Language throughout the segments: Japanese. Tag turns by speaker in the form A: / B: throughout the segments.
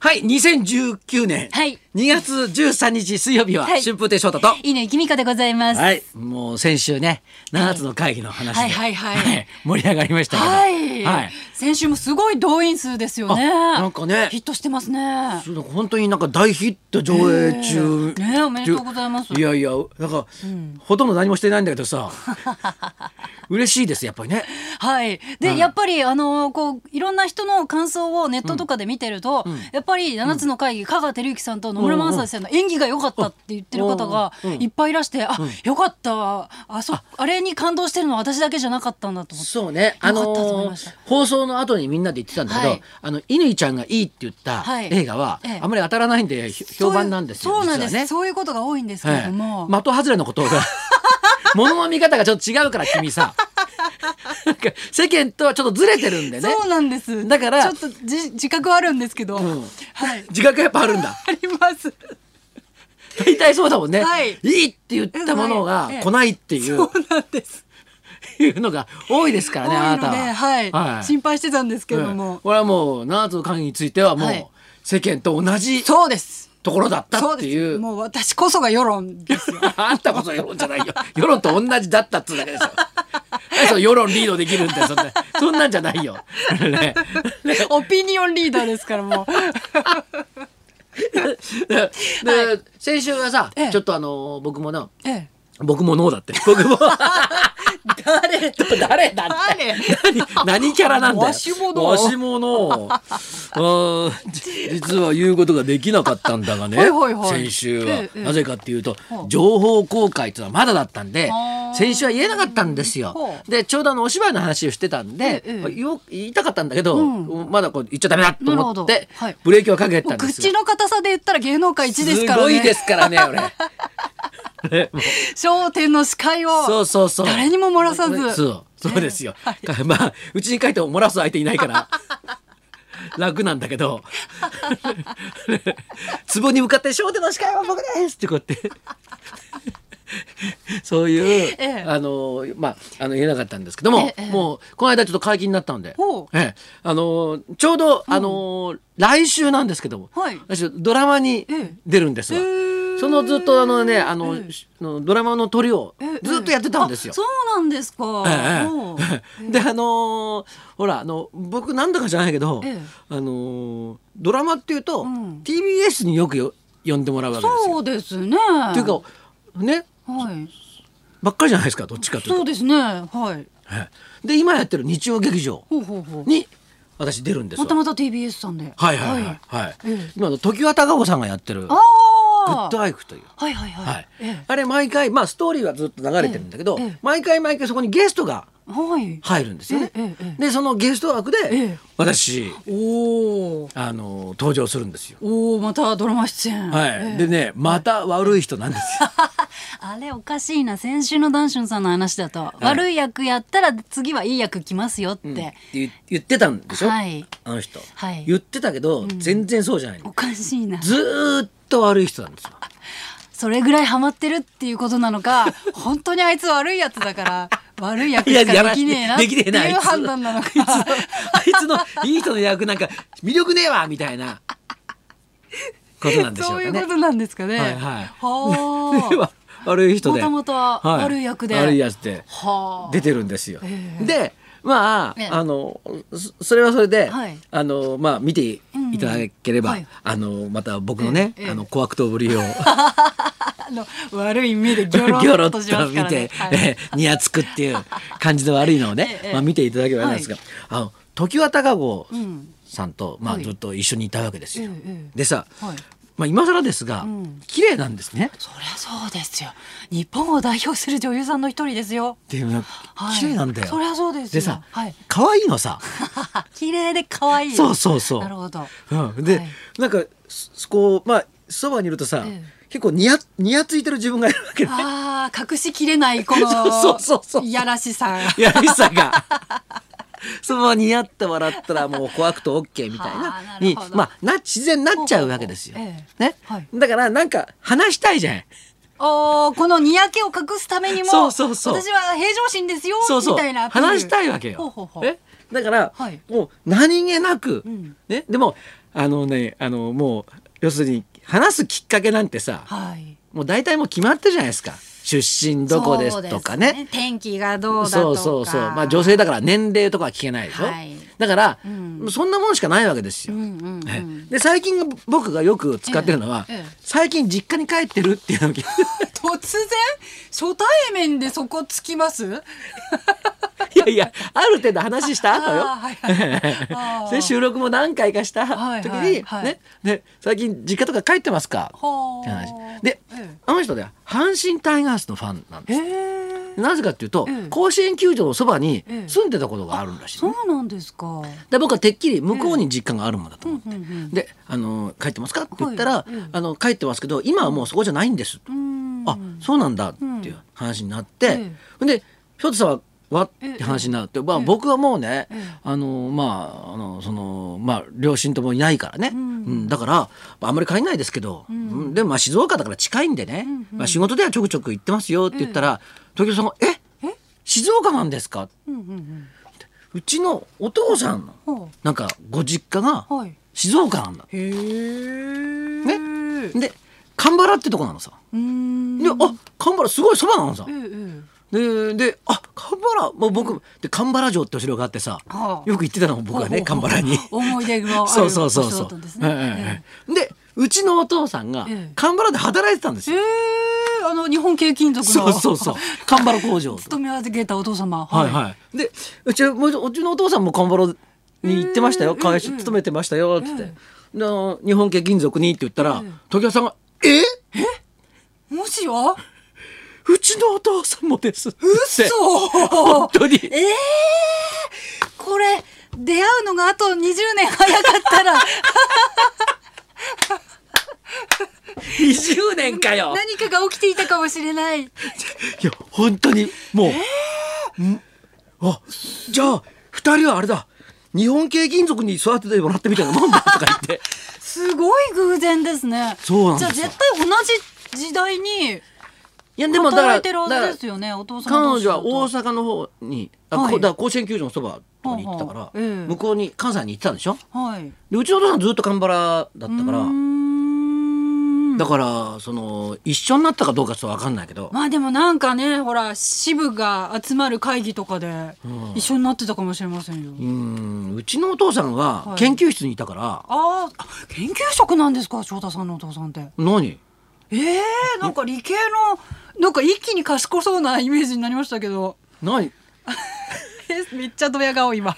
A: はい、2019年
B: はい
A: 2月13日水曜日は
B: はい
A: 春風亭昇太と。
B: いいね、きみかでございます。
A: はい、もう先週ね、7つの会議の話で、
B: はいはいはい
A: 盛り上がりましたけど、
B: はい、
A: はい
B: 先週もすごい動員数ですよね。
A: あなんかね
B: ヒットしてますね。
A: そうなんか本当になんか大ヒット上映中、
B: ええねえおめでとうございます
A: いやいや、なんか、ほとんど何もしてないんだけどさ、嬉しいですやっぱりね。
B: はい。で、やっぱりあのこういろんな人の感想をネットとかで見てると、やっぱり七つの会議、香川照之さんと野村萬斎さんの演技が良かったって言ってる方が
A: うんうん
B: いっぱいいらして、あ、良かった。あ、そあれに感動してるのは私だけじゃなかったんだと思って。
A: そうね、あ
B: かったと思い
A: の
B: ました
A: 放送の後にみんなで言ってたんだけど、
B: はい
A: あの乾ちゃんがいいって言った
B: はい
A: 映画は、
B: ええ
A: あまり当たらないんでひ評判なんですよ。
B: そういうそうなんです、
A: 実はね
B: そういうことが多いんですけれども。
A: はい的外れのことが物の見方がちょっと違うから君さなんか世間とはちょっとずれてるんでね
B: そうなんです。
A: だから
B: ちょっとじ自覚はあるんですけど、
A: ん
B: はい。
A: 自覚やっぱあるんだ
B: あります。
A: 大体そうだもんね、
B: はい
A: いって言ったものが
B: はい
A: 来ないっていう,、
B: そうなんです。
A: いうのが多いですからねあなた
B: 多いので、
A: は。
B: はい、心配してたんですけど
A: うん
B: も、
A: 俺はもう7つの会議についてはもう、
B: はい
A: 世間と同じ
B: そうです。
A: ところだった
B: そう
A: って
B: で
A: い
B: す。
A: う
B: もう私こそが世論 ですよ。
A: あんたこそ世論じゃないよ。世論と同じだったっつうだけですよ。 何その世論リードできるんだよ。そんな、そんなんじゃないよ。 ね
B: オピニオンリーダーですから もう。
A: で、先週はさ、
B: ええ
A: ちょっとあの、僕もな、
B: ええ
A: 僕もノーだって。僕も、
B: 誰
A: 誰だって。
B: 誰
A: 何何キャラなんだよ。
B: わしもの
A: わしも のうーんじ実は言うことができなかったんだがね。
B: はいはいはい
A: 先週は
B: え、え
A: なぜかっていうと
B: ほ、う
A: 情報公開っていうのはまだだったんで
B: あ、ー
A: 先週は言えなかったんですよ
B: ほ。う
A: で、ちょうどあのお芝居の話をしてたんで、
B: ええええ
A: 言おう言いたかったんだけど、
B: う
A: まだこう言っちゃダメだと
B: なるほ
A: 思っ
B: ど
A: て
B: はい、
A: ブレーキをかけて
B: も
A: た
B: うん
A: ですが
B: 口。の硬さで言ったら芸能界一です
A: す
B: から
A: ごいで
B: ね。
A: すからね、俺。
B: 笑点の司会を
A: そうそうそう。
B: 誰にも漏らさず。
A: そう、そうですよ。
B: はい
A: か まあ、うちに帰っても漏らす相手いないから。 楽なんだけど。 壺に向かって、焦点の司会は僕ですってこうやって。 そういう、
B: ええ
A: あの、まあ、あの、言えなかったんですけども、
B: ええ
A: もう、この間ちょっと解禁になったんで。
B: ほう
A: ええあの、ちょうど、あの、来週なんですけども、
B: はい
A: 私、ドラマに
B: ええ
A: 出るんですわ。
B: へえ
A: そのずっと、あのね、あの、
B: ええ
A: しあのドラマのトリを
B: ええ
A: ずっとやってたんですよ
B: あ。そうなんですか。
A: え
B: もう
A: えであのーほらあの僕なんだかじゃないけど、
B: ええ
A: あのードラマっていうと、
B: うん
A: TBS によくよ呼んでもらうわけですよ。
B: そうですね。
A: っていうかね
B: はい。
A: ばっかりじゃないですかどっちかという
B: そ
A: と。
B: うですね。はい。
A: ええで今やってる日曜劇場
B: ほうほうほう。
A: に私出るんです
B: ま
A: よ
B: た。また TBS さんで。
A: はいはいはいはい。
B: ええ
A: 今の常盤貴子さんがやってる「グッ
B: ああ。
A: ドアイフ」という。
B: はいはいはい。
A: はい
B: え
A: あれ毎回まあストーリーはずっと流れてるんだけど、
B: ええええ
A: 毎回毎回そこにゲストが
B: えはい。
A: 入るんですよね。
B: ええええ
A: でそのゲスト枠で、
B: ええ
A: 私
B: おお。
A: あの登場するんですよ。
B: おお、またドラマ出演。
A: はい、
B: ええ
A: でねまた悪い人なんですよ。
B: あれおかしいな先週のダンシュンさんの話だと、
A: い
B: 悪い役やったら次はいい役来ますよって、
A: 言言ってたんでしょ、
B: はい
A: あの人、
B: はい
A: 言ってたけど、全然そうじゃないの
B: おかしいな
A: ずーっと悪い人なん ですよ。
B: それぐらいハマってるっていうことなのか本当にあいつ悪いやつだから悪い役しかできねえなって
A: いややらで
B: い
A: きねえ
B: う
A: なあいつ
B: 判断なのか
A: あいつのいい人の役なんか魅力ねえわみたいなことなんでしょうか
B: そう
A: ね。
B: いうことなんですかね。
A: はいはい
B: は
A: では悪い人で
B: またまた悪い役で
A: 悪いやつで
B: あ。はあ。
A: 出てるんですよ。
B: ええ
A: でまあ、
B: ええ
A: あのそそれはそれで、
B: はい
A: あのまあ見ていただければ、
B: うんはい
A: あのまた僕のね、
B: ええええ
A: あの小悪党ぶりを
B: あの悪い目でギ
A: ギ
B: ョロ
A: ョロ
B: ッ
A: ッ
B: としま
A: と
B: すか
A: 見
B: ら
A: て
B: ね。、はい
A: ええにやつくっていう感じの悪いのをね、
B: ええ
A: まあ、見ていただければなんですが、あの常盤貴子
B: ん
A: さんと、まあ、
B: はい
A: ずっと一緒にいたわけですよ。
B: ええええ
A: でさ、
B: はい
A: まあ、今更ですが、
B: ん
A: 綺麗なんですね。
B: そりゃそうですよ。日本を代表する女優さんの一人ですよ。
A: でも
B: はい
A: 綺麗なんだよ。
B: そりゃそうですよ
A: でさ
B: はい、
A: 可愛いのさ。
B: 綺麗で可愛い。
A: そうそうそう
B: なるほど。
A: うん、で、
B: はい
A: なんかそこうまあそばにいるとさ、
B: ええ
A: 結構にやにやついてる自分がいるわけね。
B: ああ隠しきれないこの
A: そうそうそうそう
B: いやらしさ。
A: いやりさが。 そのままにやって笑ったらもう怖くて OK みたい
B: はあ
A: な
B: なる
A: に
B: ほど
A: まあな自然になっちゃうわけですよ。
B: ほうほうほうええ
A: ね、
B: はい
A: だからなんか話したいじゃん。
B: おーこのにやけを隠すためにも
A: そうそうそう
B: 私は平常心ですよ
A: そうそう
B: みたいなアピール
A: 話したいわけよ。
B: ほうほうほう
A: えだから、
B: はい
A: もう何気なく、
B: うん
A: ねでもあのねあのもう要するに話すきっかけなんてさ
B: はい。
A: もう大体もう決まってるじゃないですか出身どこですとかね
B: そうです。天気がどうだとか。
A: そうそうそうまあ女性だから年齢とかは聞けないでしょ、
B: はい
A: だから、
B: うん
A: そんなもんしかないわけですよ、
B: うんうんうん
A: はいで最近僕がよく使ってるのは、
B: ええええ
A: 最近実家に帰ってるっていうのを聞いて
B: 突然初対面でそこつきます。
A: いやいやある程度話した後よ
B: あーはい はいあー
A: で収録も何回かした
B: はい
A: 時に、
B: はいはい
A: ねで最近実家とか帰ってますか
B: は
A: って話
B: あ。
A: で、
B: え
A: あの人ね阪神タイガースのファンなんで
B: え
A: す
B: へえ。
A: なぜかっていうと、
B: ええ
A: 甲子園球場のそばに
B: ええ
A: 住んでたことがあるらしいのね、
B: そうなんですか。
A: で僕はてっきり向こうに実家があるもんだと思って、
B: うんうんうん
A: であの「帰ってますか?」って言ったら、
B: はいうん
A: あの「帰ってますけど今はもうそこじゃないんです」
B: うん。
A: あそうなんだ」っていう話になって、でひょっとさんはって話になって、まあ、
B: ええ
A: 僕はもうね、
B: ええ
A: あのまああのそのまあ両親ともいないからね、
B: うん
A: うんだからあんまり帰んないですけど、
B: ん
A: うんでもまあ静岡だから近いんでね、
B: うんうん
A: まあ、仕事ではちょくちょく行ってますよって言ったら、東京さんが「え
B: え
A: 静岡なんですか?」
B: うんうんうん。
A: うちのお父さんの
B: ほ
A: なんかご実家が
B: うはい。
A: 静岡なんだ。
B: へえ。ね。
A: で神原ってとこなのさ。
B: うん。
A: で、あ神原すごいそばなのさ
B: う。んうん。
A: でであ神原もう僕で神原城ってお城があってさ
B: はあ
A: よく行ってたの僕はね
B: ほう
A: 神
B: ほう
A: 原に。
B: 思い出 があるお仕
A: そうそうそうそう
B: 事。です
A: え
B: ね。
A: え
B: え
A: ええでうちのお父さんが
B: ええ
A: 神原で働いてたんです
B: え
A: よ。
B: ええあの日本系金属
A: そ
B: の
A: うそうそう神原工場。
B: 勤め上げたお父様。
A: はいはい。でうちもううちのお父さんも神原に行ってましたよ
B: ええ
A: 会
B: え
A: 社
B: え
A: 勤めてましたよっつって
B: え
A: であの日本系金属にって言ったら
B: ええ
A: 時矢さんが「え
B: もしよ。
A: うちのお父さんもです」って
B: そう
A: 本。当に。
B: ええこれ出会うのがあと20年早かったら
A: 20年かよ
B: 何かが起きていたかもしれない。
A: いや本当にもう、んあじゃあ2人はあれだ日本系金属に育ててもらってみたいなもんだとか言って
B: すごい偶然ですね。
A: そうなんですよ
B: じゃあ絶対同じ時代に
A: いやでもだから
B: 働いてるはず
A: だ
B: ですよね。お父さん
A: 彼女は大
B: 大
A: 阪の方にあ、
B: はい
A: こだから甲子園球場のそばとかに行ってたから、
B: はあはあええ
A: 向こうに関西に行ってたんでしょ
B: はい。
A: でうちのお父さんずっと神原だったから
B: うーん
A: だからその一緒になったかどうかちょっと分かんないけど、
B: まあでもなんかねほら支部が集まる会議とかで一緒になってたかもしれませんよ。
A: うんうちのお父さんは
B: はい
A: 研究室にいたから、
B: あーあ研究職なんですか翔太さんのお父さんって。
A: 何
B: ええー、なんか理系のなんか一気に賢そうなイメージになりましたけど。
A: 何
B: えめっちゃドヤ顔今。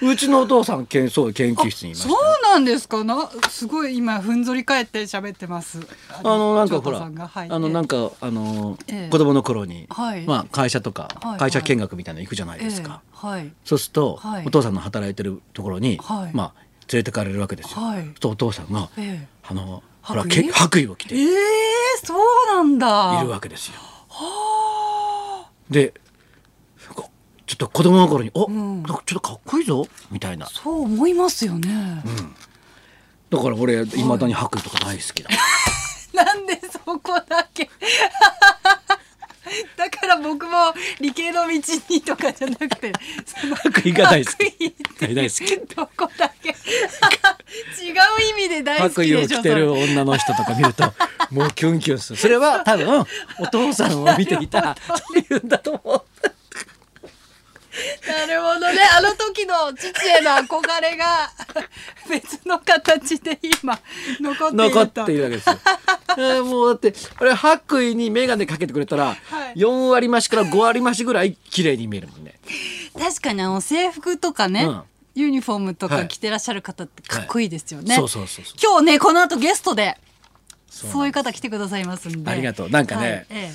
A: うちのお父さんけんそう研究室にいました
B: そうなんですかなすごい今ふんぞり返って喋ってます。あ
A: あのなんかほら、
B: 翔太さんがはい
A: あのなんかあの、
B: ええ
A: 子供の頃に、
B: はい
A: まあ会社とか、
B: はい
A: 会社見学みたいなの行くじゃないですか。
B: ええはい
A: そうすると、
B: はい
A: お父さんの働いてるところに、
B: はい
A: まあ連れてかれるわけですよ。
B: はい
A: そうするとお父さんが、
B: ええ
A: あのほ
B: 白
A: ら
B: 衣
A: け白衣を着てい
B: ええー、そうなんだ。
A: るわけですよ。で、こちょっと子供の頃にお、
B: うん
A: なんかちょっとかっこいいぞみたいな。
B: そう思いますよね。
A: だから俺未だに白衣とか大好き だ。
B: なんでそこだけ だから僕も理系の道にとかじゃなくてその
A: 白衣が大好き。
B: 白
A: 大好き。
B: 衣どこだけ 違う意味で大好
A: 白
B: き
A: 衣を
B: で
A: 着
B: しょ
A: てる
B: それ
A: 女の人とか見るともうキュンキュンするそれは多分お父さんを見てい たそういうんだと思う
B: なるほどねあの時の父への憧れが 別の形で今残っていると
A: 残っているわけですよ。えーもうだってあれ白衣に眼鏡かけてくれたら
B: はい
A: 4割増しから5割増しぐらい綺麗に見えるもんね。
B: 確かにあの制服とかね、
A: うん
B: ユニフォームと
A: は
B: か
A: い
B: 着てらっしゃる方ってかっこいいですよね、
A: そうそうそうそう
B: 今日ねこの後ゲストで
A: うなんです
B: そういう方来てくださいますんで
A: ありがとうなんかね
B: はいええ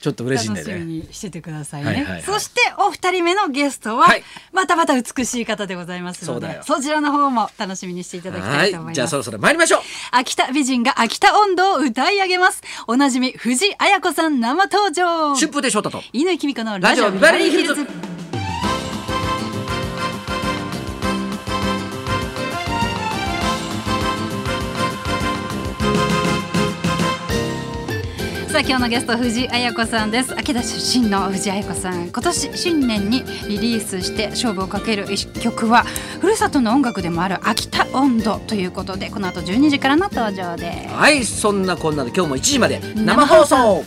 A: ちょっと嬉しいん
B: 楽
A: だ
B: し
A: よ
B: み
A: ね。
B: にしててくださいね、
A: はいはいはい
B: そしてお二人目のゲストは、
A: はい
B: またまた美しい方でございますの
A: そうだ
B: で
A: よ
B: そちらの方も楽しみにしていただきた
A: はい
B: と思いま
A: い、
B: す
A: じゃあそろそろ参りましょう。
B: 秋田美人が秋田音頭を歌い上げますおなじみ藤あや子さん生登場
A: 春風亭昇太と。
B: 犬きみ子のラジオ
A: ラジオビバリーヒルズ
B: さあ今日のゲスト藤井彩子さんです秋田出身の藤井彩子さん今年新年にリリースして勝負をかける一曲はふるさとの音楽でもある秋田音頭ということでこの後12時からの登場です
A: はいそんなこんなで今日も1時まで生放送